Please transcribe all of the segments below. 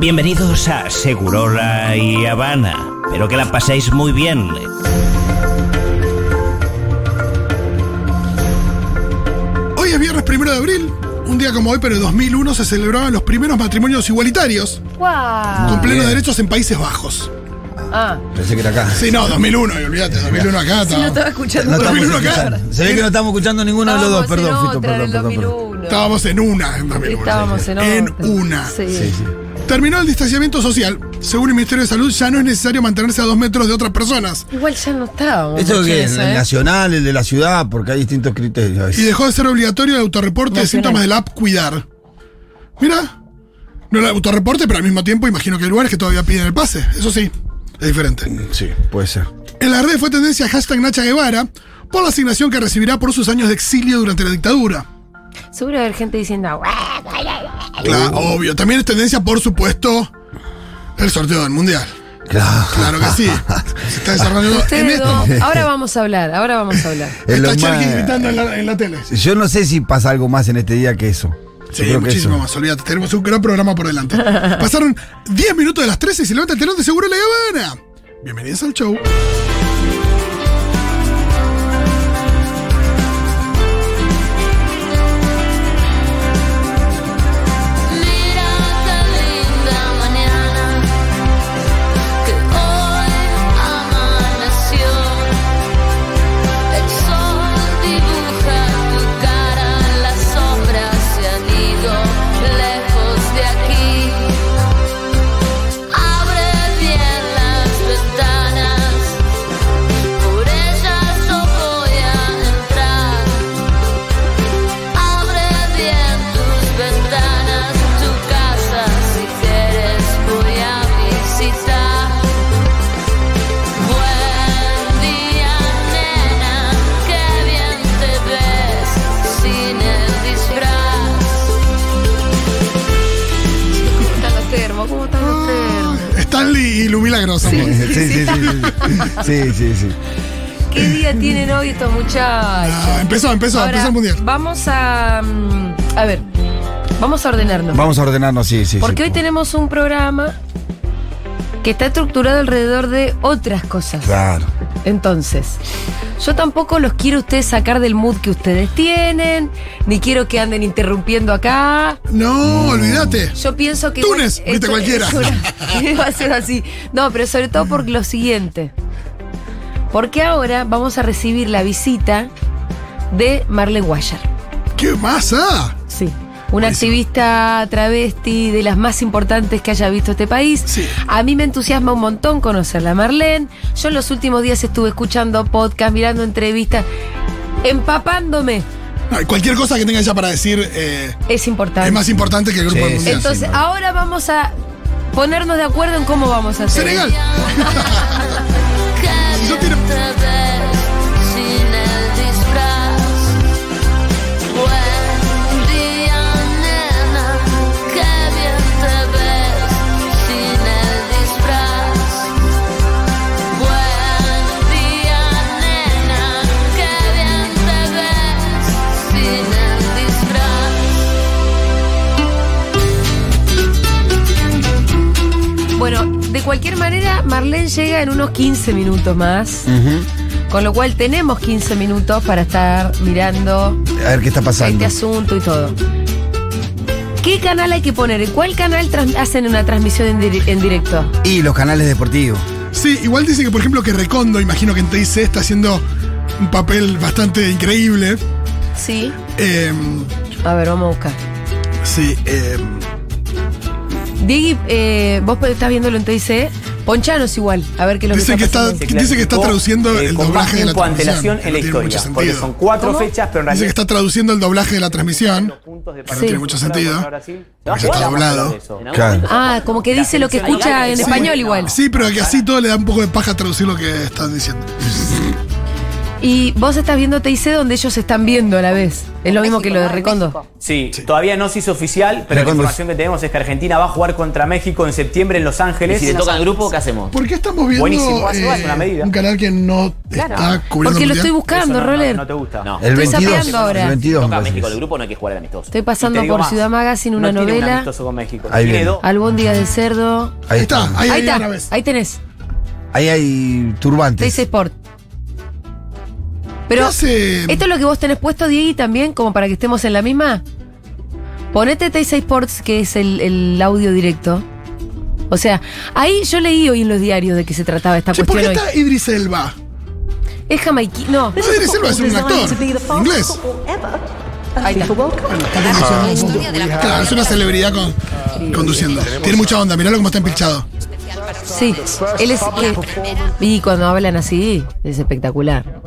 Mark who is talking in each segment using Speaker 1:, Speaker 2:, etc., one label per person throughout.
Speaker 1: Bienvenidos a Segurola y Habana. Espero que la paséis muy bien.
Speaker 2: Hoy es viernes primero de abril. Un día como hoy, pero en 2001 se celebraban los primeros matrimonios igualitarios
Speaker 3: ¡Guau!
Speaker 2: con plenos
Speaker 4: bien.
Speaker 2: derechos en Países Bajos.
Speaker 3: Ah,
Speaker 4: Pensé que era acá.
Speaker 2: Sí, no, 2001, y olvídate, 2001 acá.
Speaker 3: sí, lo
Speaker 2: Estábamos,
Speaker 3: estaba escuchando.
Speaker 4: No
Speaker 3: por-
Speaker 4: estamos
Speaker 2: 2001 acá.
Speaker 4: escuchando. Se ve que no estamos escuchando ninguno de los dos.
Speaker 3: Estábamos en
Speaker 4: Perdón, Fito,
Speaker 3: otra del
Speaker 4: perdón, perdón. perdón.
Speaker 3: 2001.
Speaker 2: estábamos en una en 2001.
Speaker 3: Estábamos en otra.
Speaker 2: una.
Speaker 3: Sí.
Speaker 4: Sí, sí.
Speaker 2: Terminó el distanciamiento social. Según el Ministerio de Salud, ya no es necesario mantenerse a dos metros de otras personas.
Speaker 3: Igual ya no estábamos.
Speaker 4: ¿Esto
Speaker 3: mucho
Speaker 4: que es?
Speaker 3: eso,
Speaker 4: ¿El
Speaker 3: ¿eh?
Speaker 4: nacional, el de la ciudad? Porque hay distintos criterios.
Speaker 2: Y dejó de ser obligatorio el autorreporte de
Speaker 3: Nacional.
Speaker 2: síntomas de la app Cuidar. Mira, no el autorreporte, pero al mismo tiempo imagino que hay lugares que todavía piden el pase. Eso sí, es diferente.
Speaker 4: Sí, puede ser.
Speaker 2: En la red fue tendencia hashtag Nacha Guevara por la asignación que recibirá por sus años de exilio durante la dictadura.
Speaker 3: Seguro va a haber gente diciendo. "Guau".
Speaker 2: Claro,
Speaker 4: Oh.
Speaker 2: obvio. También es tendencia, por supuesto, el sorteo del Mundial.
Speaker 4: Claro.
Speaker 2: Claro que sí. Se está desarrollando en
Speaker 4: este
Speaker 3: Ustedes
Speaker 2: esto.
Speaker 3: dos. Ahora vamos a hablar, ahora vamos a hablar.
Speaker 4: Es lo
Speaker 2: Está Charqui
Speaker 4: más-
Speaker 2: gritando en la, en la tele.
Speaker 4: Yo no sé si pasa algo más en este día que eso. Yo
Speaker 2: Sí,
Speaker 4: creo que
Speaker 2: muchísimo
Speaker 4: eso.
Speaker 2: más, olvídate. Tenemos un gran programa por delante. Pasaron 10 minutos de las 13 y se levanta el telón de Seguro La Habana. Bienvenidos al show.
Speaker 5: Mira qué linda mañana que hoy amaneció. El sol dibuja tu cara, las sombras se han ido lejos de aquí. Abre bien las ventanas, por ellas no voy a entrar. Abre bien tus ventanas, tu casa si quieres voy a visitar. Buen día, nena, que bien te ves sin el disfraz.
Speaker 3: ¿Cómo están los termos? ¿Cómo están los termos?
Speaker 2: Stanley y Lumilagrosa.
Speaker 4: Sí, sí, sí. Sí, sí, sí. sí.
Speaker 3: ¿Qué día tienen hoy estos muchachos?
Speaker 2: Ah, empezó, empezó,
Speaker 3: Ahora,
Speaker 2: empezó el Mundial.
Speaker 3: Vamos a. mm, A ver, vamos a ordenarnos.
Speaker 4: Vamos a ordenarnos, sí, sí.
Speaker 3: Porque
Speaker 4: sí.
Speaker 3: hoy tenemos un programa que está estructurado alrededor de otras cosas.
Speaker 4: Claro.
Speaker 3: Entonces, yo tampoco los quiero a ustedes sacar del mood que ustedes tienen, ni quiero que anden interrumpiendo acá.
Speaker 2: No, olvídate.
Speaker 3: Yo pienso que.
Speaker 2: Túnez,
Speaker 3: igual-
Speaker 2: viste cualquiera.
Speaker 3: es una- va a ser así. No, pero sobre todo por lo siguiente. Porque ahora vamos a recibir la visita de Marlene Guayar.
Speaker 2: ¿Qué masa?
Speaker 3: Sí. Una
Speaker 2: Buenísimo.
Speaker 3: activista travesti de las más importantes que haya visto este país.
Speaker 2: Sí.
Speaker 3: A mí me entusiasma un montón conocerla, Marlene. Yo en los últimos días estuve escuchando podcast, mirando entrevistas, empapándome.
Speaker 2: No, y cualquier cosa que tengan ya para decir eh,
Speaker 3: Es importante.
Speaker 2: es más importante que el grupo del
Speaker 4: Sí, sí.
Speaker 2: Mundial.
Speaker 3: Entonces,
Speaker 4: Marlene.
Speaker 3: ahora vamos a ponernos de acuerdo en cómo vamos a hacer.
Speaker 2: Senegal.
Speaker 5: Que
Speaker 2: Yo
Speaker 5: bien
Speaker 2: quiero-
Speaker 5: te ves sin el disfraz. Buen día, nena, que bien te ves sin el disfraz. Buen día, nena, que bien te ves sin el disfraz.
Speaker 3: Bueno, de cualquier manera, Marlene llega en unos 15 minutos más.
Speaker 2: Mm.
Speaker 3: Con lo cual tenemos 15 minutos para estar mirando
Speaker 4: A ver qué está
Speaker 3: este
Speaker 4: pasando.
Speaker 3: asunto y todo. ¿Qué canal hay que poner? ¿En cuál canal trans- hacen una transmisión en, dir- en directo?
Speaker 4: Y los canales deportivos.
Speaker 2: Sí, igual dice que, por ejemplo, que Recondo, imagino que en TIC está haciendo un papel bastante increíble.
Speaker 3: Sí.
Speaker 2: Eh,
Speaker 3: A ver, vamos a buscar.
Speaker 2: sí, eh,
Speaker 3: Diggy, eh, vos estás viéndolo en TIC. Ponchanos igual, a ver qué es lo
Speaker 2: Dicen
Speaker 3: que
Speaker 2: que
Speaker 3: está
Speaker 2: está,
Speaker 3: pasando.
Speaker 6: clasificó,
Speaker 2: dice que está traduciendo
Speaker 6: eh,
Speaker 2: el
Speaker 6: con más
Speaker 2: doblaje de la
Speaker 6: tiempo
Speaker 2: transmisión.
Speaker 6: antelación
Speaker 2: que
Speaker 6: en
Speaker 2: no
Speaker 6: la
Speaker 2: tiene mucho
Speaker 6: historia, porque
Speaker 2: sentido.
Speaker 6: son cuatro
Speaker 3: ¿Cómo?
Speaker 6: fechas, pero en
Speaker 2: Dice
Speaker 6: realidad
Speaker 2: que está traduciendo el doblaje de la transmisión.
Speaker 6: no
Speaker 3: tiene
Speaker 2: mucho sentido.
Speaker 6: Ya
Speaker 2: Porque ya está doblado.
Speaker 4: Claro.
Speaker 3: Ah, como que dice lo que escucha en
Speaker 6: Sí.
Speaker 3: español igual.
Speaker 2: Sí, pero que así todo le da un poco de paja traducir lo que están diciendo.
Speaker 3: Y vos estás viendo TIC donde ellos se están viendo a la vez. Es lo mismo
Speaker 6: México,
Speaker 3: que lo de
Speaker 6: ¿no? En
Speaker 3: Recondo.
Speaker 6: México.
Speaker 7: Sí, todavía no se hizo oficial, pero la
Speaker 4: Recondo.
Speaker 7: información que tenemos es que Argentina va a jugar contra México en septiembre en Los
Speaker 8: Y
Speaker 7: Ángeles.
Speaker 8: si le toca al grupo, ¿qué hacemos?
Speaker 2: ¿Por qué estamos
Speaker 7: Buenísimo,
Speaker 2: viendo eh,
Speaker 7: hace- hace una medida.
Speaker 2: un canal que no
Speaker 6: Claro.
Speaker 2: está cubriendo
Speaker 3: Porque
Speaker 2: el
Speaker 3: lo estoy
Speaker 2: mundial?
Speaker 7: Eso
Speaker 3: buscando,
Speaker 7: no, no-
Speaker 3: Roller.
Speaker 7: no te gusta.
Speaker 8: No.
Speaker 4: El
Speaker 3: Estoy
Speaker 4: 22.
Speaker 3: sapeando ahora.
Speaker 4: El 22.
Speaker 8: Toca a
Speaker 4: me parece.
Speaker 8: México el grupo, no hay que jugar al amistoso.
Speaker 3: Estoy
Speaker 7: Y
Speaker 3: pasando
Speaker 7: te digo
Speaker 3: por
Speaker 7: más,
Speaker 3: Ciudad Magazine, una
Speaker 7: no Tiene un
Speaker 3: novela.
Speaker 7: amistoso con México.
Speaker 4: Ahí
Speaker 7: tiene
Speaker 4: viene.
Speaker 7: dos.
Speaker 3: Albóndiga de cerdo.
Speaker 2: Ahí está, ahí,
Speaker 3: Ahí,
Speaker 2: ahí
Speaker 3: está.
Speaker 2: una vez.
Speaker 3: Ahí tenés.
Speaker 4: Ahí hay
Speaker 3: TIC
Speaker 4: turbantes.
Speaker 3: Sport. Pero,
Speaker 2: ¿Qué hace?
Speaker 3: ¿esto es lo que vos tenés puesto, Diego, también, como para que estemos en la misma? Ponete TIC Sports, que es el, el audio directo. O sea, ahí yo leí hoy en los diarios de qué se trataba esta
Speaker 2: Che, ¿Por
Speaker 3: cuestión
Speaker 2: qué
Speaker 3: hoy.
Speaker 2: está Idris Elba?
Speaker 3: Es
Speaker 2: No,
Speaker 3: jamaiquino.
Speaker 2: Idris Elba es un actor inglés.
Speaker 3: Ahí está. Ah,
Speaker 2: Bueno, está conduciendo un poco. Claro, es una celebridad con- conduciendo. Tiene mucha onda, miralo cómo está empilchado.
Speaker 3: Sí, él es. eh, y cuando hablan así, es espectacular.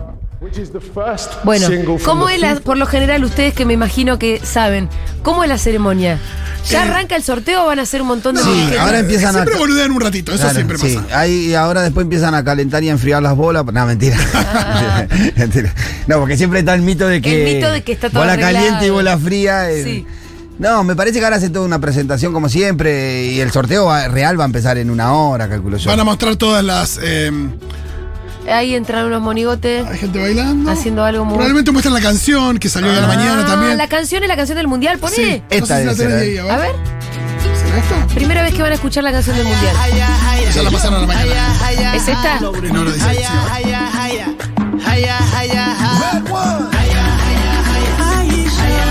Speaker 3: Bueno, ¿cómo es la, por lo general ustedes que me imagino que saben, cómo es la ceremonia? ¿Ya
Speaker 2: Eh,
Speaker 3: arranca el sorteo o van a hacer un montón de
Speaker 2: No, eh,
Speaker 3: dirigentes?
Speaker 4: ahora empiezan a-
Speaker 2: Siempre boludean un ratito, eso
Speaker 4: Claro,
Speaker 2: siempre
Speaker 4: sí.
Speaker 2: pasa.
Speaker 4: Ahí ahora después empiezan a calentar y a enfriar las bolas. No, mentira. Mentira. No, porque siempre está el mito de que.
Speaker 3: El mito de que está todo
Speaker 4: Bola
Speaker 3: arreglado.
Speaker 4: caliente y bola fría. eh.
Speaker 3: Sí.
Speaker 4: No, me parece que ahora hace toda una presentación como siempre. Y el sorteo va- real va a empezar en una hora, calculo yo.
Speaker 2: Van a mostrar todas las. em,
Speaker 3: Ahí entran unos monigotes.
Speaker 2: hay gente bailando.
Speaker 3: Haciendo algo muy-
Speaker 2: Probablemente muestran la canción que salió hoy a la mañana
Speaker 3: Ah,
Speaker 2: también.
Speaker 3: La canción es la canción del mundial, poné.
Speaker 2: Sí, no
Speaker 4: Esta
Speaker 2: sé si la
Speaker 4: debe ser,
Speaker 2: tenés
Speaker 4: ¿eh?
Speaker 2: ahí, a ver.
Speaker 3: A ver,
Speaker 2: ¿Será esto?
Speaker 3: primera vez que van a escuchar la canción del mundial.
Speaker 2: Ya la pasaron a la mañana.
Speaker 3: ¿Es esta?
Speaker 2: Y no lo dicen, sí.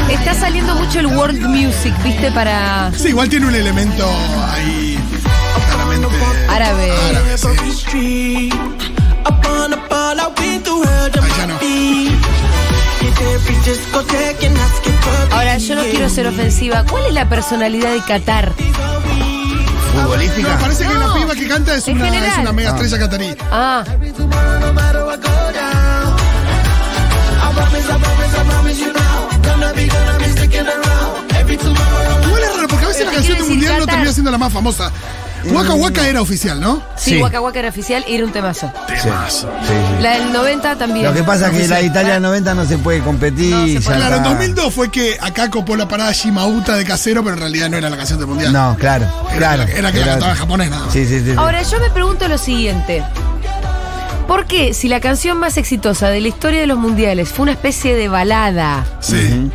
Speaker 3: Está saliendo mucho el world music, viste, para
Speaker 2: Sí, igual tiene un elemento ahí. Claramente.
Speaker 3: árabe.
Speaker 2: árabe, sí. Ahí ya no.
Speaker 3: Ahora, yo no quiero ser ofensiva. ¿Cuál es la personalidad de Qatar?
Speaker 2: No,
Speaker 4: Futbolística.
Speaker 2: parece que la piba que canta es
Speaker 3: en
Speaker 2: una,
Speaker 3: general.
Speaker 2: es una mega estrella catarí.
Speaker 3: Ah,
Speaker 2: Igual es raro, porque a veces
Speaker 3: Pero
Speaker 2: la canción
Speaker 3: te quiero
Speaker 2: del
Speaker 3: decir,
Speaker 2: mundial no
Speaker 3: Qatar.
Speaker 2: termina siendo la más famosa.
Speaker 4: Mm.
Speaker 2: Waka Waka era oficial, ¿no?
Speaker 3: sí,
Speaker 4: Sí.
Speaker 3: Waka Waka era oficial y era un temazo.
Speaker 4: Sí, sí, sí.
Speaker 3: La del 90 también.
Speaker 4: Lo que pasa es que la de Italia 90 no se puede competir.
Speaker 3: No se puede.
Speaker 4: ya
Speaker 2: Claro, en
Speaker 4: está.
Speaker 2: 2002 fue que acá copó la parada Shimauta de casero, pero en realidad no era la canción del mundial.
Speaker 4: No, claro,
Speaker 2: Era-
Speaker 4: claro.
Speaker 2: Era, que la cantaba en japonés, nada más.
Speaker 4: Sí, sí, sí. sí.
Speaker 3: Ahora, yo me pregunto lo siguiente. ¿Por qué si la canción más exitosa de la historia de los mundiales fue una especie de balada,
Speaker 2: Sí.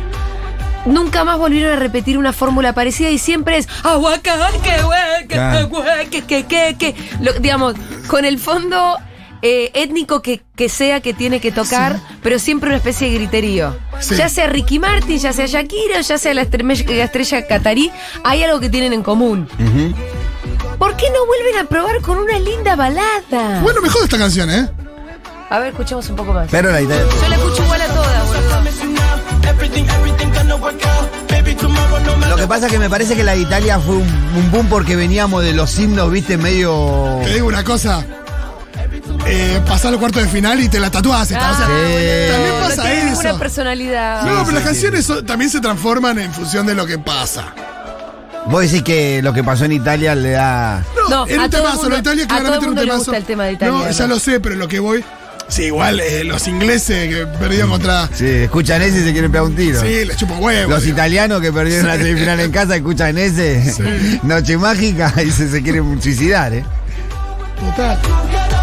Speaker 3: nunca más volvieron a repetir una fórmula parecida y siempre es aguaca, que hueca,
Speaker 4: Claro.
Speaker 3: que hueque, que que que Lo- digamos, con el fondo eh, étnico que, que sea que tiene que tocar, pero siempre una especie de griterío.
Speaker 2: Sí.
Speaker 3: Ya sea Ricky Martin, ya sea Shakira, ya sea la, estre- la estrella catarí, hay algo que tienen en común.
Speaker 4: Ujú.
Speaker 3: ¿Por qué no vuelven a probar con una linda balada?
Speaker 2: Bueno, me jode esta canción, ¿eh?
Speaker 3: A ver, escuchemos un poco más.
Speaker 4: Pero la Italia.
Speaker 3: Yo la escucho igual a todas, boludo.
Speaker 4: Lo que pasa es que me parece que la de Italia fue un, un boom porque veníamos de los himnos, viste, medio.
Speaker 2: Te digo una cosa. Eh, pasar los cuartos de final y te la tatuás esta. o sea,
Speaker 4: Sí.
Speaker 2: también
Speaker 3: No,
Speaker 2: pasa
Speaker 3: no tiene
Speaker 2: eso.
Speaker 3: ninguna personalidad.
Speaker 2: No,
Speaker 4: Sí,
Speaker 2: pero
Speaker 4: sí,
Speaker 2: las
Speaker 4: sí.
Speaker 2: canciones son- también se transforman en función de lo que pasa.
Speaker 4: Vos decís que lo que pasó en Italia le da.
Speaker 3: No,
Speaker 2: era
Speaker 3: a
Speaker 2: un
Speaker 3: todo
Speaker 2: temazo,
Speaker 3: mundo-
Speaker 2: lo de Italia
Speaker 3: a
Speaker 2: claramente
Speaker 3: todo
Speaker 2: era un
Speaker 3: mundo le
Speaker 2: temazo.
Speaker 3: gusta el tema de Italia,
Speaker 2: No, ya
Speaker 3: ¿no?
Speaker 2: lo sé, pero lo que voy. Sí, igual eh, los ingleses que perdieron contra.
Speaker 4: Sí, escuchan ese y se quieren pegar un tiro.
Speaker 2: Sí, les chupo huevo.
Speaker 4: Los
Speaker 2: digo.
Speaker 4: italianos que perdieron la semifinal en casa escuchan ese. Noche mágica y se, se quieren suicidar, ¿eh?
Speaker 2: Total.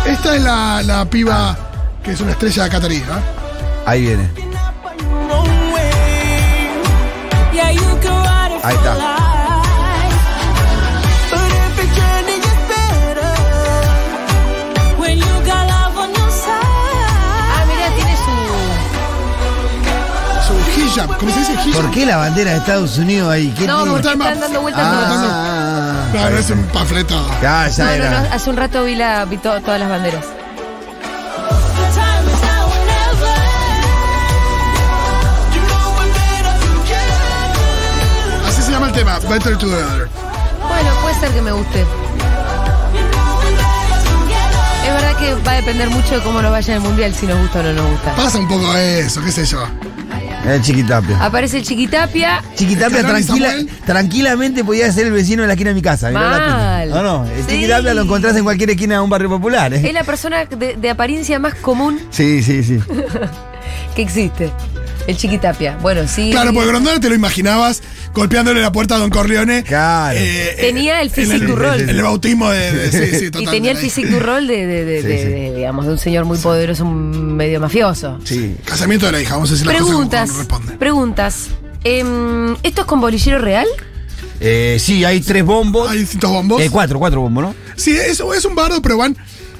Speaker 2: Esta es la, la piba que es una estrella ¿eh? catarí, ¿no?
Speaker 4: Ahí viene. Ahí está.
Speaker 3: Ah, mirá, tiene su.
Speaker 2: Su hijab, ¿cómo se dice hijab?
Speaker 4: ¿Por qué la bandera de Estados Unidos ahí? ¿Qué
Speaker 3: No,
Speaker 4: tiene?
Speaker 3: porque
Speaker 2: Time
Speaker 3: están
Speaker 2: out.
Speaker 3: dando
Speaker 4: Ah,
Speaker 3: vueltas todas.
Speaker 4: ah,
Speaker 2: No,
Speaker 4: ah.
Speaker 2: no es un panfleto.
Speaker 4: Ya, ya
Speaker 3: No, no,
Speaker 4: era.
Speaker 3: no, hace un rato vi, la, vi to- todas las banderas.
Speaker 2: Así se llama el tema, Better Together.
Speaker 3: Bueno, puede ser que me guste. Es verdad que va a depender mucho de cómo nos vaya en el mundial, si nos gusta o no nos gusta.
Speaker 2: Pasa un poco eso, qué sé yo.
Speaker 4: El Eh, Chiquitapia.
Speaker 3: Aparece el Chiquitapia.
Speaker 4: Chiquitapia
Speaker 2: Carol y
Speaker 4: tranquila,
Speaker 2: Samuel.
Speaker 4: tranquilamente podía ser el vecino de la esquina de mi casa. mirá la pinta.
Speaker 3: Mal.
Speaker 4: No, no. El
Speaker 3: Sí.
Speaker 4: Chiquitapia lo encontrás en cualquier esquina de un barrio popular. ¿eh?
Speaker 3: Es la persona de, de apariencia más común
Speaker 4: Sí, sí, sí.
Speaker 3: que existe. El Chiquitapia. Bueno, sí.
Speaker 2: Claro, porque Grondona te lo imaginabas golpeándole la puerta a Don Corleone. eh,
Speaker 4: Claro.
Speaker 3: Tenía el
Speaker 2: en
Speaker 3: físico
Speaker 2: el,
Speaker 3: du rol.
Speaker 2: en el bautismo de. de- sí, sí,
Speaker 3: Y
Speaker 2: total,
Speaker 3: tenía el
Speaker 2: de-
Speaker 3: physique du rol de, de- de-
Speaker 4: Sí,
Speaker 3: de-
Speaker 4: sí.
Speaker 3: de, digamos, de un señor muy poderoso, un medio mafioso.
Speaker 4: Sí.
Speaker 2: Casamiento de la hija, vamos a decir las cosas como
Speaker 3: Preguntas.
Speaker 2: corresponde.
Speaker 3: Preguntas. Em, ¿Esto es con bolillero real?
Speaker 4: Eh, sí, hay tres bombos.
Speaker 2: Hay distintos bombos.
Speaker 4: Eh, cuatro, cuatro bombos, ¿no?
Speaker 2: Sí, es, es un bardo, pero van.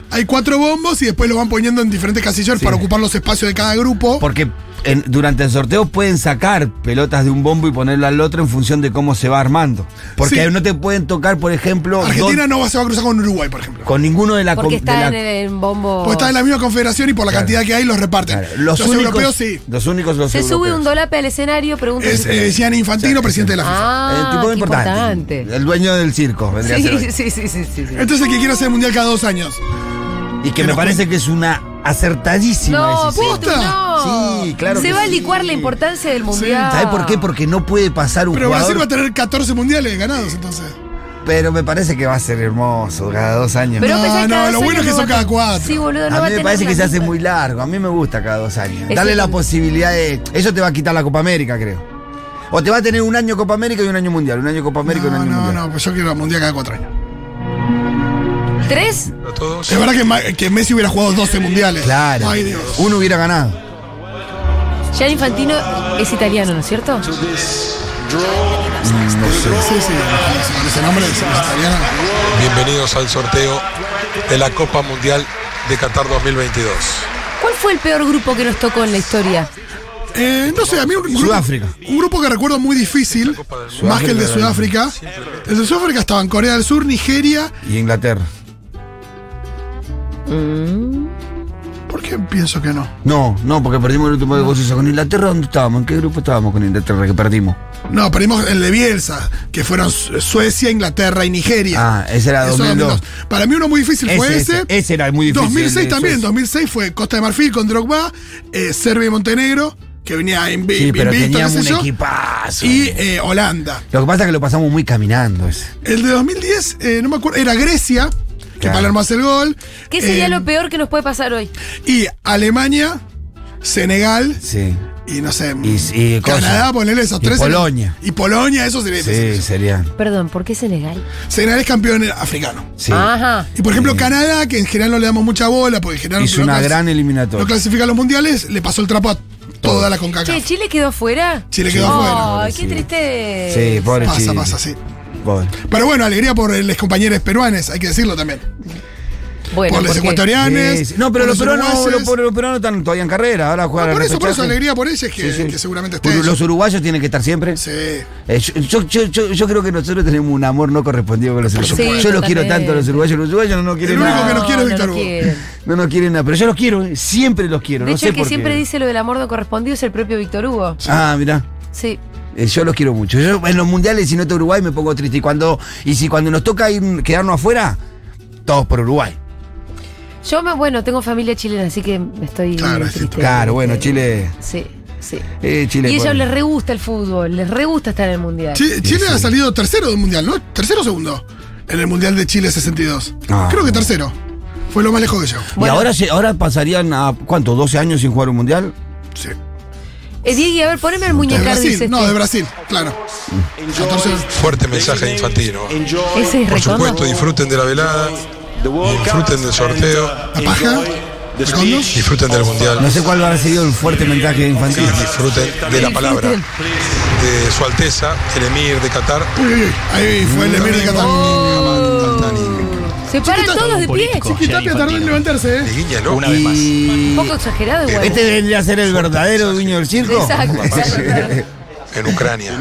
Speaker 2: Hay cuatro bombos y después lo van poniendo en diferentes casillas para ocupar los espacios de cada grupo.
Speaker 4: Porque en- durante el sorteo pueden sacar pelotas de un bombo y ponerlo al otro en función de cómo se va armando. Porque
Speaker 2: Sí.
Speaker 4: no te pueden tocar, por ejemplo,
Speaker 2: Argentina
Speaker 4: don-
Speaker 2: no va- se va a cruzar con Uruguay, por ejemplo.
Speaker 4: Ah, con ninguno de la... com-
Speaker 3: Porque
Speaker 4: de
Speaker 3: está
Speaker 4: la-
Speaker 3: en el en bombo.
Speaker 2: Porque están en la misma confederación y por la cantidad que hay los reparten.
Speaker 4: Claro, los, únicos,
Speaker 2: europeos sí.
Speaker 4: Los únicos los
Speaker 3: Se sube
Speaker 4: europeos.
Speaker 3: un dolape al escenario, pregunta.
Speaker 2: Es eh, Gianni Infantino, presidente de la FIFA.
Speaker 4: Eh,
Speaker 3: Ah,
Speaker 4: tipo
Speaker 3: qué
Speaker 4: importante.
Speaker 3: importante.
Speaker 4: El dueño del circo. vendría a ser hoy.
Speaker 3: Sí, sí, sí, sí, sí, sí.
Speaker 2: Este es el que quiere hacer el mundial cada dos años.
Speaker 4: Y que
Speaker 2: Que
Speaker 4: me
Speaker 2: nos
Speaker 4: parece que es una acertadísima
Speaker 3: No,
Speaker 4: decisión.
Speaker 3: Pitu, no.
Speaker 4: Sí, claro
Speaker 3: Se
Speaker 4: que
Speaker 3: va a
Speaker 4: sí.
Speaker 3: licuar la importancia del mundial.
Speaker 4: ¿Sabes por qué? Porque no puede pasar un
Speaker 2: Pero Brasil
Speaker 4: jugador.
Speaker 2: va a tener 14 mundiales ganados, entonces.
Speaker 4: Pero me parece que va a ser hermoso cada dos años.
Speaker 3: Pero
Speaker 2: No,
Speaker 3: pensá que
Speaker 2: no,
Speaker 3: cada
Speaker 2: lo
Speaker 3: dos
Speaker 2: bueno es
Speaker 3: años
Speaker 2: que
Speaker 3: no
Speaker 2: son
Speaker 3: va a-
Speaker 2: cada cuatro.
Speaker 3: Sí, boludo, no
Speaker 4: a
Speaker 3: va
Speaker 4: mí me
Speaker 3: tener
Speaker 4: parece
Speaker 3: la
Speaker 4: que se hace
Speaker 3: misma-
Speaker 4: muy largo. A mí me gusta cada dos años.
Speaker 3: Es
Speaker 4: Dale
Speaker 3: el-
Speaker 4: la posibilidad de. Eso te va a quitar la Copa América, creo. O te va a tener un año Copa América y un año Mundial. Un año Copa América y un
Speaker 2: No,
Speaker 4: año
Speaker 2: no,
Speaker 4: Mundial.
Speaker 2: no, pues yo quiero el mundial cada cuatro años.
Speaker 3: ¿Tres?
Speaker 2: Es verdad que, Ma- que Messi hubiera jugado 12 mundiales.
Speaker 4: Claro.
Speaker 2: Ay, Dios.
Speaker 4: Uno hubiera ganado.
Speaker 3: Gianni Infantino es italiano, ¿no es cierto?
Speaker 2: Sí, sí, con ese nombre es italiano.
Speaker 6: Bienvenidos al sorteo de la Copa Mundial de Qatar 2022.
Speaker 3: ¿Cuál fue el peor grupo que nos tocó en la historia?
Speaker 2: Eh, no sé, a mí un grupo,
Speaker 4: Sudáfrica.
Speaker 2: un grupo que recuerdo muy difícil, más que el de Sudáfrica. El de Sudáfrica estaban Corea del Sur, Nigeria.
Speaker 4: Y Inglaterra.
Speaker 2: ¿Por qué pienso que no?
Speaker 4: No, no, porque perdimos el último de gozosa con Inglaterra. ¿Dónde estábamos? ¿En qué grupo estábamos con Inglaterra que perdimos?
Speaker 2: No, perdimos el de Bielsa, que fueron Su- Suecia, Inglaterra y Nigeria.
Speaker 4: Ah, ese era
Speaker 2: Eso
Speaker 4: 2002.
Speaker 2: Para mí uno muy difícil fue
Speaker 4: Ese,
Speaker 2: ese.
Speaker 4: ese. Ese era muy difícil,
Speaker 2: 2006
Speaker 4: el de
Speaker 2: también,
Speaker 4: Suecia.
Speaker 2: 2006 fue Costa de Marfil con Drogba, eh, Serbia y Montenegro, que venía en
Speaker 4: Sí, pero teníamos un
Speaker 2: yo,
Speaker 4: equipazo.
Speaker 2: y eh, Holanda.
Speaker 4: Lo que pasa es que lo pasamos muy caminando ese.
Speaker 2: El de 2010, eh, no me acuerdo, era Grecia, que
Speaker 4: Claro.
Speaker 2: Palermo hace el gol.
Speaker 3: ¿Qué sería
Speaker 2: Eh,
Speaker 3: lo peor que nos puede pasar hoy?
Speaker 2: Y Alemania, Senegal
Speaker 4: Sí.
Speaker 2: y no sé.
Speaker 4: Y- y
Speaker 2: Canadá,
Speaker 4: cosa.
Speaker 2: ponerle esos
Speaker 4: Y
Speaker 2: tres.
Speaker 4: Polonia.
Speaker 2: Y Polonia, eso sería
Speaker 4: Sí,
Speaker 2: difícil.
Speaker 4: sería.
Speaker 3: Perdón, ¿por qué Senegal?
Speaker 2: Senegal es campeón africano.
Speaker 4: Sí.
Speaker 3: Ajá.
Speaker 2: Y por ejemplo, Canadá, que en general no le damos mucha bola, porque en general
Speaker 4: Hizo
Speaker 2: no
Speaker 4: una
Speaker 2: clasi-
Speaker 4: gran eliminatoria.
Speaker 2: No clasifica a los mundiales, le pasó el trapo a toda la
Speaker 3: Che,
Speaker 2: CONCACAF.
Speaker 3: ¿Chile quedó fuera?
Speaker 2: Chile quedó afuera.
Speaker 3: Ay, qué
Speaker 4: pobrecito.
Speaker 3: triste.
Speaker 4: Sí, pobre
Speaker 2: Pasa,
Speaker 4: Chile.
Speaker 2: pasa, sí.
Speaker 4: Pobre.
Speaker 2: Pero bueno, alegría por eh, los compañeros peruanos, hay que decirlo también.
Speaker 3: Bueno,
Speaker 2: por los
Speaker 3: porque-
Speaker 2: ecuatorianos.
Speaker 4: Sí, sí. No, pero
Speaker 2: por
Speaker 4: los peruanos,
Speaker 2: uruguayes.
Speaker 4: los, por- los peruanos están todavía en carrera. Ahora
Speaker 2: No,
Speaker 4: juegan
Speaker 2: por
Speaker 4: al
Speaker 2: eso, por eso,
Speaker 4: repechaje.
Speaker 2: alegría por ellos, que,
Speaker 4: Sí, sí.
Speaker 2: que seguramente estén.
Speaker 4: Uru- Los uruguayos tienen que estar siempre.
Speaker 2: Sí.
Speaker 4: Eh, yo, yo, yo, yo- yo creo que nosotros tenemos un amor no correspondido con los uruguayos.
Speaker 3: supuesto.
Speaker 4: yo los quiero
Speaker 3: totalmente.
Speaker 4: tanto a los uruguayos. Los uruguayos no nos quieren
Speaker 2: El único
Speaker 4: nada.
Speaker 2: que nos quiere es
Speaker 3: no
Speaker 2: Víctor
Speaker 3: lo
Speaker 2: Hugo.
Speaker 3: quieren.
Speaker 4: No nos quieren nada. Pero yo los quiero, eh. siempre los quiero.
Speaker 3: De
Speaker 4: no
Speaker 3: hecho,
Speaker 4: sé
Speaker 3: el que
Speaker 4: por
Speaker 3: siempre
Speaker 4: qué.
Speaker 3: dice lo del amor no correspondido es el propio Víctor Hugo.
Speaker 4: Ah, mirá.
Speaker 3: Sí.
Speaker 4: Eh, yo los quiero mucho. Yo en los mundiales, si no está Uruguay, me pongo triste. Y cuando, y si cuando nos toca ir, quedarnos afuera, todos por Uruguay.
Speaker 3: Yo, me, bueno, tengo familia chilena, así que estoy.
Speaker 2: Claro,
Speaker 3: triste.
Speaker 2: sí,
Speaker 4: Claro, bueno, Chile.
Speaker 3: Sí, sí.
Speaker 4: Eh, Chile.
Speaker 3: Y a ellos
Speaker 4: bueno.
Speaker 3: les re gusta el fútbol, les re gusta estar en el mundial.
Speaker 2: Chi- Chile ha salido tercero del mundial, ¿no? ¿Tercero o segundo? En el mundial de Chile 62.
Speaker 4: Ah.
Speaker 2: Creo que tercero. Fue lo más lejos que yo.
Speaker 4: Y
Speaker 3: Bueno.
Speaker 4: ahora, se- ahora pasarían a, ¿cuánto? ¿12 años sin jugar un mundial?
Speaker 2: Sí.
Speaker 3: Eh, Diego, a ver, poneme el
Speaker 2: De
Speaker 3: muñecar,
Speaker 2: Brasil,
Speaker 3: dice
Speaker 2: no,
Speaker 3: este.
Speaker 2: de Brasil, claro.
Speaker 4: Mm.
Speaker 2: 14.
Speaker 6: Fuerte mensaje de Infantino.
Speaker 3: Ese es
Speaker 6: Por
Speaker 3: recondo.
Speaker 6: supuesto, disfruten de la velada, disfruten del sorteo,
Speaker 2: La paja, Recondo.
Speaker 6: disfruten del
Speaker 4: No
Speaker 6: Mundial
Speaker 4: sé cuál habrá sido el fuerte mensaje
Speaker 6: y
Speaker 4: infantil.
Speaker 6: disfruten de la palabra de Su Alteza, el Emir de Qatar.
Speaker 2: Uy, uy, uy. Ahí fue el Emir de Qatar.
Speaker 3: Se paran todos de pie.
Speaker 9: político.
Speaker 2: Chiqui Tapia tardó en levantarse,
Speaker 6: Le
Speaker 2: ¿eh?
Speaker 6: guiña el ojo.
Speaker 9: Una vez más.
Speaker 3: Un
Speaker 4: Y
Speaker 3: poco exagerado igual.
Speaker 4: este vendría a ser el verdadero dueño del circo.
Speaker 3: Exacto, exacto.
Speaker 6: en Ucrania.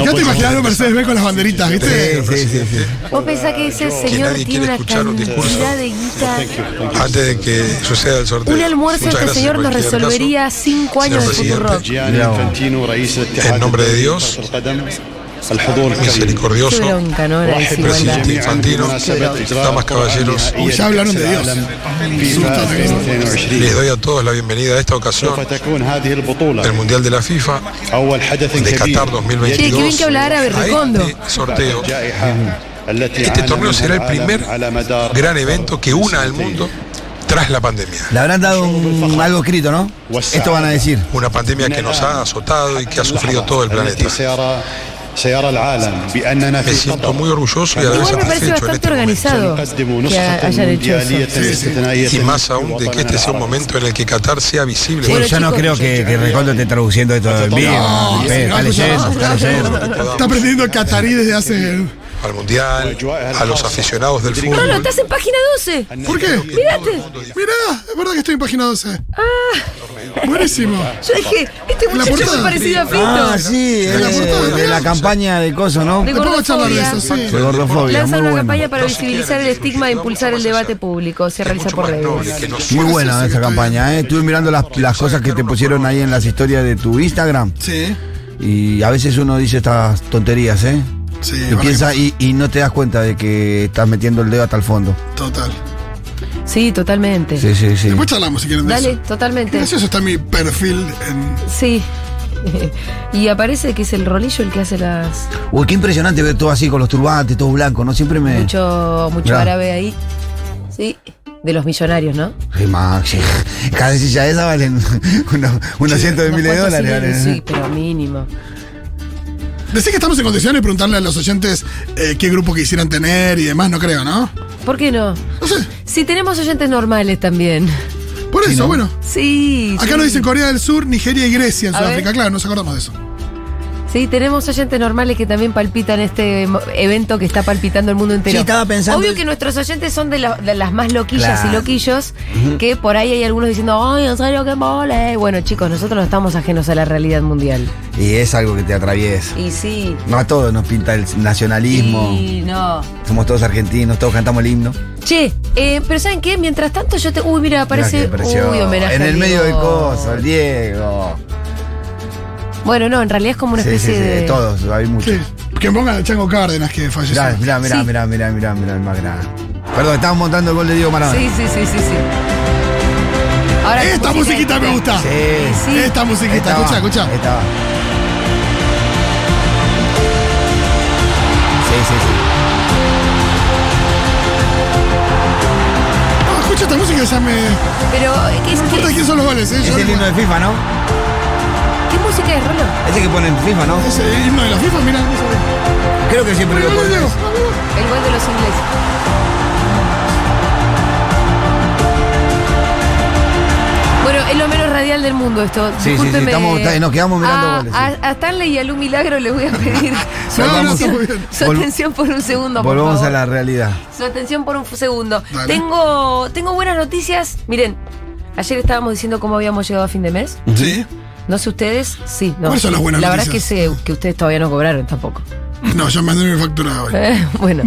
Speaker 2: Acá te imaginas a Mercedes B con las banderitas, ¿viste?
Speaker 4: Sí, sí, sí, sí.
Speaker 3: Vos pensás que ese señor tiene
Speaker 6: nadie quiere
Speaker 3: una
Speaker 6: escuchar un discurso.
Speaker 3: cantidad de guita.
Speaker 6: Antes de que suceda el sorteo.
Speaker 3: Un almuerzo de
Speaker 6: Muchas
Speaker 3: este
Speaker 6: gracias
Speaker 3: señor
Speaker 6: en
Speaker 3: nos
Speaker 6: cualquier caso.
Speaker 3: resolvería cinco años de
Speaker 6: Señor
Speaker 3: Futuro
Speaker 6: presidente, En nombre de Dios,
Speaker 3: Qué
Speaker 6: misericordioso.
Speaker 3: bronca, ¿no? La
Speaker 6: El presidente
Speaker 3: desigualdad.
Speaker 6: Infantino, damas caballeros,
Speaker 2: Uy, ya hablaron de Dios. Este, Insultan a Dios.
Speaker 6: les doy a todos la bienvenida a esta ocasión del Mundial de la FIFA
Speaker 3: Che,
Speaker 6: de Qatar
Speaker 3: qué bien que
Speaker 6: 2022.
Speaker 3: habla árabe,
Speaker 6: A
Speaker 3: Recondo.
Speaker 6: este sorteo, este torneo será el primer gran evento que una al mundo tras la pandemia.
Speaker 4: Le habrán dado un- algo escrito, ¿no? Esto van a decir.
Speaker 6: Una pandemia que nos ha azotado y que ha sufrido todo el planeta. Me siento muy orgulloso y a la vez
Speaker 3: Igual me parece
Speaker 6: satisfecho en
Speaker 3: bastante
Speaker 6: este momento.
Speaker 3: organizado que ha- hayan hecho eso.
Speaker 6: Y más aún de que este sea un momento en el que Qatar sea visible.
Speaker 4: Sí,
Speaker 3: Bueno,
Speaker 4: yo no
Speaker 3: chicos,
Speaker 4: creo que, que Recondo esté traduciendo esto en vivo.
Speaker 2: No,
Speaker 4: Pe- está
Speaker 2: no,
Speaker 4: leyendo,
Speaker 2: no,
Speaker 4: está
Speaker 2: no,
Speaker 4: leyendo.
Speaker 2: Está aprendiendo catarí desde hace.
Speaker 6: al mundial, a los aficionados del
Speaker 3: Rolo,
Speaker 6: fútbol.
Speaker 3: estás en página 12.
Speaker 2: ¿Por qué?
Speaker 3: Mírate.
Speaker 2: Mirá, es verdad que estoy en página 12. Buenísimo.
Speaker 3: Yo dije, este
Speaker 2: La
Speaker 3: muchacho es muy
Speaker 2: portada.
Speaker 3: parecido a Fito.
Speaker 4: Ah, sí,
Speaker 2: De
Speaker 4: es
Speaker 2: la portada,
Speaker 4: de la
Speaker 2: mirá.
Speaker 4: campaña de coso, ¿no?
Speaker 3: De
Speaker 4: De
Speaker 2: Después vamos a charlar de eso, sí.
Speaker 4: gordofobia, muy
Speaker 3: Lanzan una campaña
Speaker 4: bueno.
Speaker 3: para visibilizar el estigma e impulsar el debate público. Se
Speaker 6: Es
Speaker 3: realiza
Speaker 6: mucho
Speaker 3: por
Speaker 6: más noble
Speaker 3: redes.
Speaker 6: que nos
Speaker 4: Muy
Speaker 6: une.
Speaker 4: buena esa campaña, ¿eh? Estuve mirando las, las cosas que te pusieron ahí en las historias de tu Instagram.
Speaker 2: Sí,
Speaker 4: Y a veces uno dice estas tonterías, ¿eh?
Speaker 2: sí,
Speaker 4: Y
Speaker 2: vale,
Speaker 4: piensa y, y no te das cuenta de que estás metiendo el dedo hasta el fondo.
Speaker 2: total.
Speaker 3: Sí, totalmente.
Speaker 4: Sí, sí, sí.
Speaker 2: Después charlamos si quieren de
Speaker 3: Dale,
Speaker 2: eso.
Speaker 3: totalmente.
Speaker 2: Gracioso está mi perfil en.
Speaker 3: Sí. y aparece que es el rolillo el que hace las.
Speaker 4: Uy, qué impresionante ver todo así con los turbantes, todo blanco, ¿no? Siempre me.
Speaker 3: Mucho, mucho
Speaker 4: Mirá.
Speaker 3: árabe ahí. Sí. De los millonarios, ¿no?
Speaker 4: Sí, Max, sí. Cada silla esa valen unos, unos cientos de
Speaker 3: Unos
Speaker 4: miles de
Speaker 3: cuantos
Speaker 4: dólares.
Speaker 3: miles,
Speaker 4: valen,
Speaker 3: Sí,
Speaker 4: ¿eh?
Speaker 3: pero mínimo.
Speaker 2: Decís que estamos en condiciones de preguntarle a los oyentes eh, qué grupo quisieran tener y demás, no creo, ¿no?
Speaker 3: ¿Por qué no?
Speaker 2: No sé.
Speaker 3: Si tenemos oyentes normales también.
Speaker 2: Por eso, bueno.
Speaker 3: Sí.
Speaker 2: Acá
Speaker 3: sí.
Speaker 2: nos dicen Corea del Sur, Nigeria y Grecia en
Speaker 3: A
Speaker 2: Sudáfrica.
Speaker 3: ver.
Speaker 2: Claro, nos acordamos de eso.
Speaker 3: Sí, tenemos oyentes normales que también palpitan este mo- evento que está palpitando el mundo entero.
Speaker 4: Sí, estaba pensando-
Speaker 3: Obvio que nuestros oyentes son de, la- de las más loquillas
Speaker 4: Claro.
Speaker 3: y loquillos, que por ahí hay algunos diciendo, ¡ay, en serio, qué mole! Bueno, chicos, nosotros no estamos ajenos a la realidad mundial.
Speaker 4: Y es algo que te atraviesa.
Speaker 3: Y sí.
Speaker 4: No a todos nos pinta el nacionalismo.
Speaker 3: Y no.
Speaker 4: Somos todos argentinos, todos cantamos el himno.
Speaker 3: Che, eh, pero ¿saben qué? Mientras tanto yo te... Uy, mira,
Speaker 4: Mirá
Speaker 3: aparece...
Speaker 4: qué precioso.
Speaker 3: Uy, homenaje
Speaker 4: En
Speaker 3: a
Speaker 4: el medio de
Speaker 3: Diego.
Speaker 4: cosas, Diego.
Speaker 3: Bueno, no, en realidad es como una
Speaker 4: Sí, sí,
Speaker 3: especie
Speaker 4: sí,
Speaker 3: de...
Speaker 4: todos, hay muchos.
Speaker 2: Sí. Que pongan a Chango Cárdenas que falleció.
Speaker 4: Mirá, mirá, mirá,
Speaker 3: Sí.
Speaker 4: mirá, mirá, mirá, mirá, el más grande. Perdón, estamos montando el gol de Diego Maradona.
Speaker 3: Sí, sí, sí, sí, sí. Ahora,
Speaker 2: Esta
Speaker 3: música
Speaker 2: musiquita me
Speaker 3: extra.
Speaker 2: gusta.
Speaker 4: Sí.
Speaker 3: Sí.
Speaker 2: Esta musiquita,
Speaker 4: Esta va,
Speaker 2: escucha, escucha.
Speaker 4: esta va. Sí, sí, sí.
Speaker 2: No, escucha esta música y ya me. No
Speaker 3: Pero, ¿qué, es-
Speaker 2: importa
Speaker 3: qué-
Speaker 2: quién son los goles, ¿eh? Yo
Speaker 4: Es el himno de FIFA, ¿no?
Speaker 3: qué música es, Rolo?
Speaker 4: Ese que ponen FIFA, ¿no?
Speaker 2: Es el himno de la FIFA, mirá.
Speaker 4: Creo que siempre lo ponen.
Speaker 3: El gol de los ingleses. Bueno, es lo menos radial del mundo esto.
Speaker 4: Sí, sí, sí,
Speaker 3: Discúlpeme.
Speaker 4: estamos- está bien, nos quedamos mirando
Speaker 3: a,
Speaker 4: goles, sí.
Speaker 3: A, a Stanley y a Lu Milagro les voy a pedir su,
Speaker 2: No, no,
Speaker 3: atención,
Speaker 2: está muy bien.
Speaker 3: su
Speaker 4: Vol-
Speaker 3: atención por un segundo, por
Speaker 4: Volvamos
Speaker 3: favor.
Speaker 4: a la realidad.
Speaker 3: Su atención por un f- segundo.
Speaker 2: Dale.
Speaker 3: Tengo, tengo buenas noticias. Miren, ayer estábamos diciendo cómo habíamos llegado a fin de mes.
Speaker 2: Sí.
Speaker 3: No sé ustedes, sí, no.
Speaker 2: ¿Cuáles son las buenas
Speaker 3: La verdad es que
Speaker 2: noticias?
Speaker 3: sé que ustedes todavía no cobraron tampoco.
Speaker 2: No, yo mandé mi factura hoy.
Speaker 3: Eh, bueno,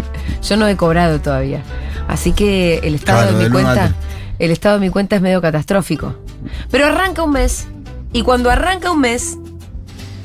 Speaker 3: yo no he cobrado todavía. Así que el estado
Speaker 4: Claro,
Speaker 3: de mi
Speaker 4: del uno al
Speaker 3: cuenta,
Speaker 4: tres.
Speaker 3: el estado de mi cuenta es medio catastrófico. Pero arranca un mes y cuando arranca un mes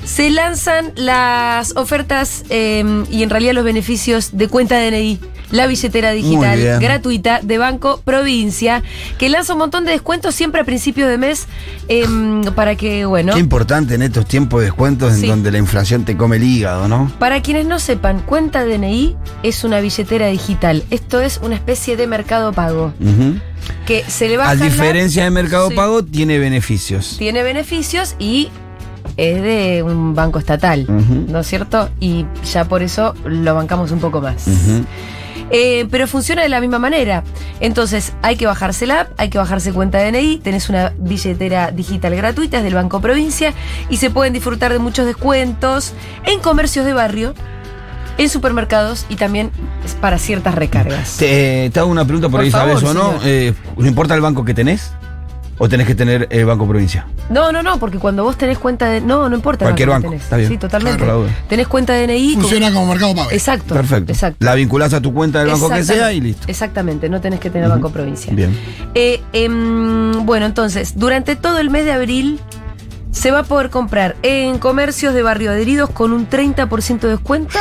Speaker 3: se lanzan las ofertas eh, y en realidad los beneficios de cuenta DNI, la billetera
Speaker 4: Muy
Speaker 3: digital
Speaker 4: bien.
Speaker 3: gratuita de Banco Provincia, que lanza un montón de descuentos siempre a principio de mes em, para que, bueno,
Speaker 4: Qué importante en estos tiempos de descuentos
Speaker 3: Sí.
Speaker 4: en donde la inflación te come el hígado, ¿no?
Speaker 3: Para quienes no sepan, cuenta DNI es una billetera digital. Esto es una especie de mercado pago.
Speaker 4: Ujú.
Speaker 3: Que se le baja.
Speaker 4: A diferencia de Mercado
Speaker 3: Sí.
Speaker 4: Pago, tiene beneficios.
Speaker 3: Tiene beneficios y es de un banco estatal,
Speaker 4: Ujú.
Speaker 3: ¿no es cierto? Y ya por eso lo bancamos un poco más.
Speaker 4: Ujú.
Speaker 3: Eh, pero funciona de la misma manera. Entonces, hay que bajarse la app, hay que bajarse cuenta DNI, tenés una billetera digital gratuita, es del Banco Provincia, y se pueden disfrutar de muchos descuentos en comercios de barrio, en supermercados y también es para ciertas recargas.
Speaker 4: Te, te hago una pregunta por,
Speaker 3: Por
Speaker 4: ahí,
Speaker 3: favor,
Speaker 4: ¿sabes o no?
Speaker 3: señor.
Speaker 4: Eh, ¿No importa el banco que tenés? ¿O tenés que tener el Banco Provincia?
Speaker 3: No, no, no, porque cuando vos tenés cuenta de. No, no importa. el
Speaker 4: Cualquier
Speaker 3: que
Speaker 4: banco,
Speaker 3: tenés.
Speaker 4: está bien.
Speaker 3: Sí, totalmente.
Speaker 4: Claro, por la duda.
Speaker 3: Tenés cuenta DNI. con-
Speaker 2: Funciona como mercado pago.
Speaker 3: Exacto.
Speaker 4: Perfecto.
Speaker 3: Exacto.
Speaker 4: La vinculás a tu cuenta del banco que
Speaker 3: Exactamente.
Speaker 4: sea y listo.
Speaker 3: Exactamente, no tenés que tener Banco Provincia.
Speaker 4: Bien.
Speaker 3: Eh, em, bueno, entonces, durante todo el mes de abril se va a poder comprar en comercios de barrio adheridos con un 30% de descuento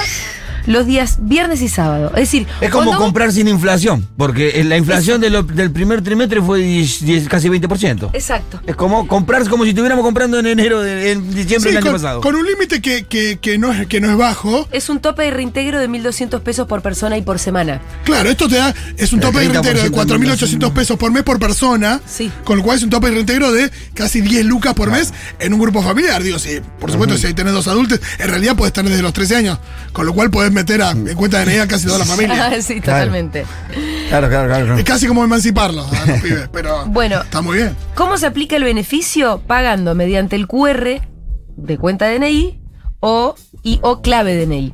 Speaker 3: los días viernes y sábado. Es decir,
Speaker 4: Es como
Speaker 3: cuando-
Speaker 4: comprar sin inflación, porque eh, la inflación de lo- del primer trimestre fue 10, 10, casi 20%. Es,
Speaker 3: Exacto.
Speaker 4: como comprar como si estuviéramos comprando en enero, de- en diciembre
Speaker 2: Sí,
Speaker 4: del año
Speaker 2: con,
Speaker 4: pasado.
Speaker 2: con un límite que, que- que no es, que no es bajo.
Speaker 3: Es un tope de reintegro de 1.200 pesos por persona y por semana.
Speaker 2: Claro, esto te da, es un
Speaker 4: Pero
Speaker 2: tope de
Speaker 4: 30%
Speaker 2: reintegro de
Speaker 4: de
Speaker 2: 4.800 pesos por mes por persona,
Speaker 3: Sí.
Speaker 2: con lo cual es un tope de reintegro de casi 10 lucas por mes en un grupo familiar. Digo, sí, por supuesto, si ahí tenés dos adultos, en realidad podés estar desde los 13 años, con lo cual podés meter a, en cuenta de a casi toda la familia.
Speaker 3: sí,
Speaker 4: Claro.
Speaker 3: totalmente.
Speaker 4: Claro, claro, claro.
Speaker 3: ¿Eh?
Speaker 2: es casi como emanciparlos a los pibes, pero
Speaker 3: Bueno.
Speaker 2: está muy bien.
Speaker 3: ¿Cómo se aplica el beneficio? Pagando mediante el QR de cuenta DNI o, y, o clave DNI.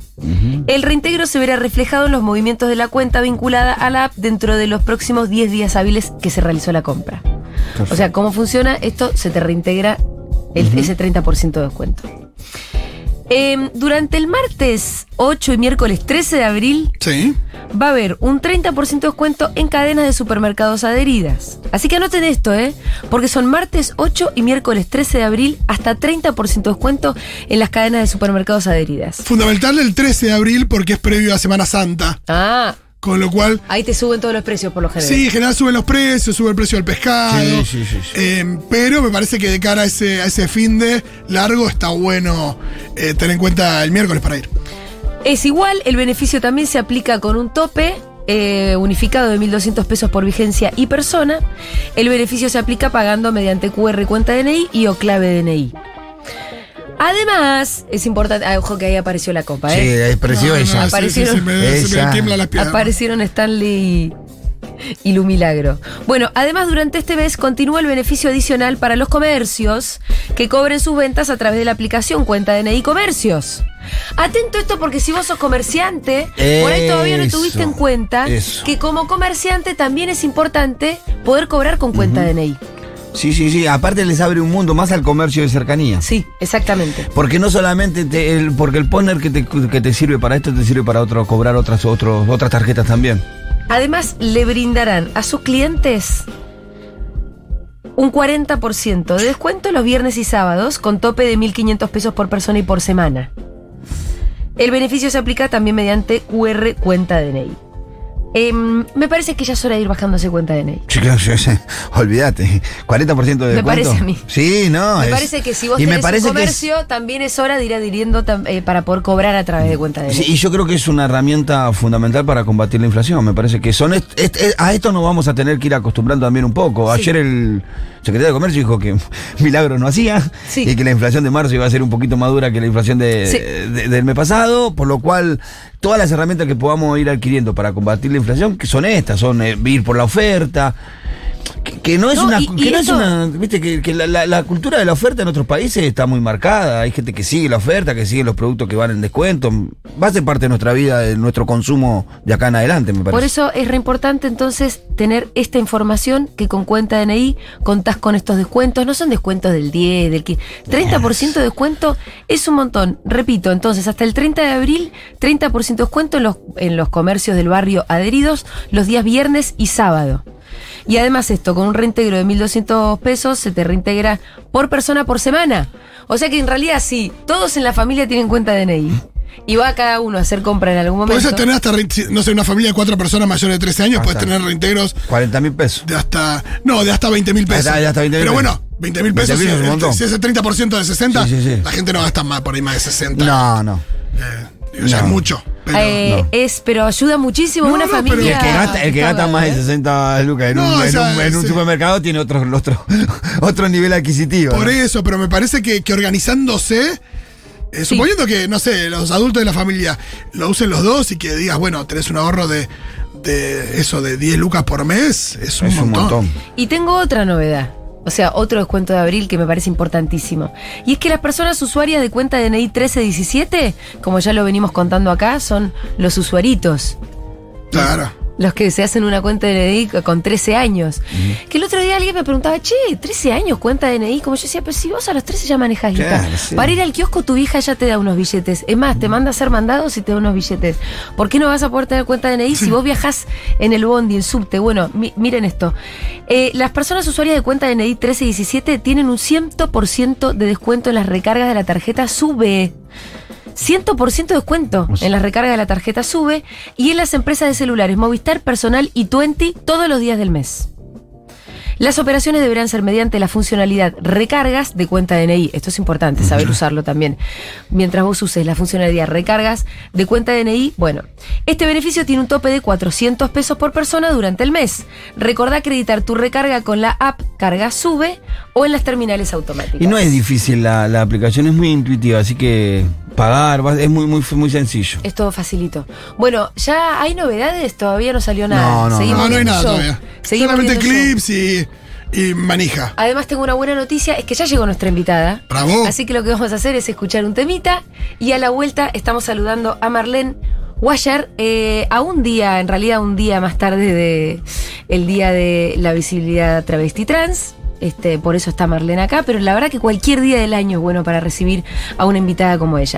Speaker 3: El reintegro se verá reflejado en los movimientos de la cuenta vinculada a la app dentro de los próximos 10 días hábiles que se realizó la compra. O sea, ¿cómo funciona? Esto se te reintegra el- ese 30% de descuento. Em, durante el martes 8 y miércoles 13 de abril
Speaker 2: Sí.
Speaker 3: va a haber un 30% de descuento en cadenas de supermercados adheridas. Así que anoten esto, ¿eh? Porque son martes 8 y miércoles 13 de abril hasta 30% de descuento en las cadenas de supermercados adheridas.
Speaker 2: Fundamental el 13 de abril porque es previo a Semana Santa,
Speaker 3: Ah,
Speaker 2: con lo cual
Speaker 3: ahí te suben todos los precios por lo general.
Speaker 2: Sí, en general suben los precios, sube el precio del pescado.
Speaker 4: Sí, sí, sí, sí.
Speaker 2: Eh, pero me parece que de cara a ese, a ese fin de largo está bueno eh, tener en cuenta el miércoles para ir.
Speaker 3: Es igual, el beneficio también se aplica con un tope. eh, unificado de 1.200 pesos por vigencia y persona. El beneficio se aplica pagando mediante QR cuenta DNI y o clave DNI. Además, es importante. ah, ojo que ahí apareció la copa,
Speaker 4: Sí,
Speaker 3: ¿eh?
Speaker 4: es preciosa.
Speaker 2: sí, sí,
Speaker 3: Aparecieron-
Speaker 2: se me, se me
Speaker 4: Esa.
Speaker 2: tiemblan las piernas.
Speaker 3: Aparecieron Stanley y Lumilagro. Bueno, además durante este mes continúa el beneficio adicional para los comercios que cobren sus ventas a través de la aplicación cuenta DNI Comercios. Atento a esto porque si vos sos comerciante, por ahí todavía no
Speaker 4: Eso,
Speaker 3: tuviste en cuenta
Speaker 4: eso.
Speaker 3: que como comerciante también es importante poder cobrar con cuenta DNI.
Speaker 4: Sí, sí, sí. Aparte les abre un mundo más al comercio de cercanía.
Speaker 3: Sí, exactamente.
Speaker 4: Porque no solamente te- el, porque el poner que te, que te sirve para esto te sirve para otro cobrar otras otros otras tarjetas también.
Speaker 3: Además, le brindarán a sus clientes un 40% de descuento los viernes y sábados, con tope de 1.500 pesos por persona y por semana. El beneficio se aplica también mediante QR cuenta DNI. Em, me parece que ya es hora de E ir bajando ese cuenta DNI.
Speaker 4: Sí, claro, sí, sí. Olvídate. 40%
Speaker 3: Me
Speaker 4: de descuento.
Speaker 3: parece a mí.
Speaker 4: Sí, no.
Speaker 3: me
Speaker 4: es-
Speaker 3: parece que si vos
Speaker 4: y me
Speaker 3: tenés un
Speaker 4: parece que es-
Speaker 3: comercio, también es hora de ir adhiriendo tam- eh, para poder cobrar a través de E cuenta DNI.
Speaker 4: Sí, y yo creo que es una herramienta fundamental para combatir la inflación. Me parece que son est- est- est- a esto nos vamos a tener que ir acostumbrando también un poco.
Speaker 3: Sí.
Speaker 4: Ayer el secretario de Comercio dijo que milagro no hacía
Speaker 3: Sí.
Speaker 4: y que la inflación de marzo iba a ser un poquito más dura que la inflación de-
Speaker 3: Sí.
Speaker 4: de- del mes pasado, por lo cual todas las herramientas que podamos ir adquiriendo para combatir la inflación que son estas, son eh, ir por la oferta. Que, que no es
Speaker 3: No,
Speaker 4: una.
Speaker 3: y-
Speaker 4: que
Speaker 3: y
Speaker 4: no es
Speaker 3: eso-
Speaker 4: una- Viste que, que la, la- la cultura de la oferta en otros países está muy marcada. Hay gente que sigue la oferta, que sigue los productos que van en descuento. Va a ser parte de nuestra vida, de nuestro consumo de acá en adelante, me parece.
Speaker 3: Por eso es re importante entonces tener esta información que con cuenta DNI contás con estos descuentos. No son descuentos del 10, del 15. 30% de descuento es un montón. Repito, entonces hasta el 30 de abril, 30% de descuento en los, en los comercios del barrio adheridos los días viernes y sábado. Y además esto, con un reintegro de 1.200 pesos se te reintegra por persona por semana. O sea que en realidad sí, todos en la familia tienen cuenta DNI. Y va cada uno a hacer compra en algún momento.
Speaker 2: Podés tener hasta, rein- si, no sé, una familia de cuatro personas mayores de 13 años,
Speaker 4: Ah,
Speaker 2: puedes
Speaker 4: está.
Speaker 2: tener reintegros
Speaker 4: 40 mil pesos.
Speaker 2: de hasta. No, de hasta 20 mil pesos.
Speaker 4: Ah, de hasta 20.000
Speaker 2: pero
Speaker 4: pesos.
Speaker 2: bueno, 20 mil pesos,
Speaker 4: 20.000 es un
Speaker 2: si,
Speaker 4: montón.
Speaker 2: si es el 30% de 60,
Speaker 4: Sí, sí, sí.
Speaker 2: la gente no gasta más por ahí más de 60.
Speaker 4: No, no.
Speaker 2: Digo, ya
Speaker 4: no.
Speaker 2: es mucho. Pero,
Speaker 3: Eh,
Speaker 4: No.
Speaker 3: Es, pero ayuda muchísimo
Speaker 2: No,
Speaker 3: una
Speaker 2: no,
Speaker 3: familia. ¿eh?
Speaker 2: pero-
Speaker 4: Y el que gasta, el que gasta más de 60 lucas en,
Speaker 2: ¿eh? No, eh.
Speaker 4: un,
Speaker 2: o
Speaker 4: en
Speaker 2: sea,
Speaker 4: un- en un
Speaker 2: sí.
Speaker 4: supermercado tiene otro, otro, otro nivel adquisitivo.
Speaker 2: Por
Speaker 4: ¿no?
Speaker 2: eso, pero me parece que, que organizándose, eh, suponiendo que, no sé, los adultos de la familia lo usen los dos y que digas, bueno, tenés un ahorro de, de eso, de 10 lucas por mes, es un,
Speaker 4: Es
Speaker 2: montón.
Speaker 3: Y tengo otra novedad. O sea, otro descuento de abril que me parece importantísimo. Y es que las personas usuarias de cuenta DNI 1317, como ya lo venimos contando acá, son los usuaritos.
Speaker 2: Claro.
Speaker 3: Los que se hacen una cuenta de DNI con 13 años. Que el otro día alguien me preguntaba, che, 13 años cuenta de DNI. Como yo decía, pero si vos a los 13 ya manejas guita.
Speaker 4: Claro, sí.
Speaker 3: Para ir al kiosco tu vieja ya te da unos billetes. Es más, te manda a ser mandados y te da unos billetes. ¿Por qué no vas a poder tener cuenta de DNI si vos viajás en el bondi, en subte? Bueno, mi- miren esto. Eh, las personas usuarias de cuenta de DNI 13 y 17 tienen un 100% de descuento en las recargas de la tarjeta SUBE. 100% de descuento en la recarga de la tarjeta SUBE y en las empresas de celulares Movistar, Personal y 20 todos los días del mes. Las operaciones deberán ser mediante la funcionalidad recargas de cuenta DNI. Esto es importante, saber usarlo también. Mientras vos uses la funcionalidad recargas de cuenta DNI, bueno, este beneficio tiene un tope de 400 pesos por persona durante el mes. Recordá acreditar tu recarga con la app Carga Sube o en las terminales automáticas.
Speaker 4: Y no es difícil la, la aplicación, es muy intuitiva, así que pagar va- es muy, muy, muy sencillo.
Speaker 3: Es todo facilito. Bueno, ya hay novedades, todavía no salió nada.
Speaker 4: No, no,
Speaker 3: Seguimos
Speaker 2: No, no hay
Speaker 3: viendo
Speaker 2: nada
Speaker 3: show.
Speaker 2: todavía.
Speaker 3: Seguimos
Speaker 2: Solamente
Speaker 3: viendo show.
Speaker 2: clips y, y manija.
Speaker 3: Además tengo una buena noticia, es que ya llegó nuestra invitada.
Speaker 2: Bravo.
Speaker 3: Así que lo que vamos a hacer es escuchar un temita y a la vuelta estamos saludando a Marlene Washer eh, a un día, en realidad un día más tarde de el día de la visibilidad travesti trans. Este, por eso está Marlene acá, pero la verdad que cualquier día del año es bueno para recibir a una invitada como ella.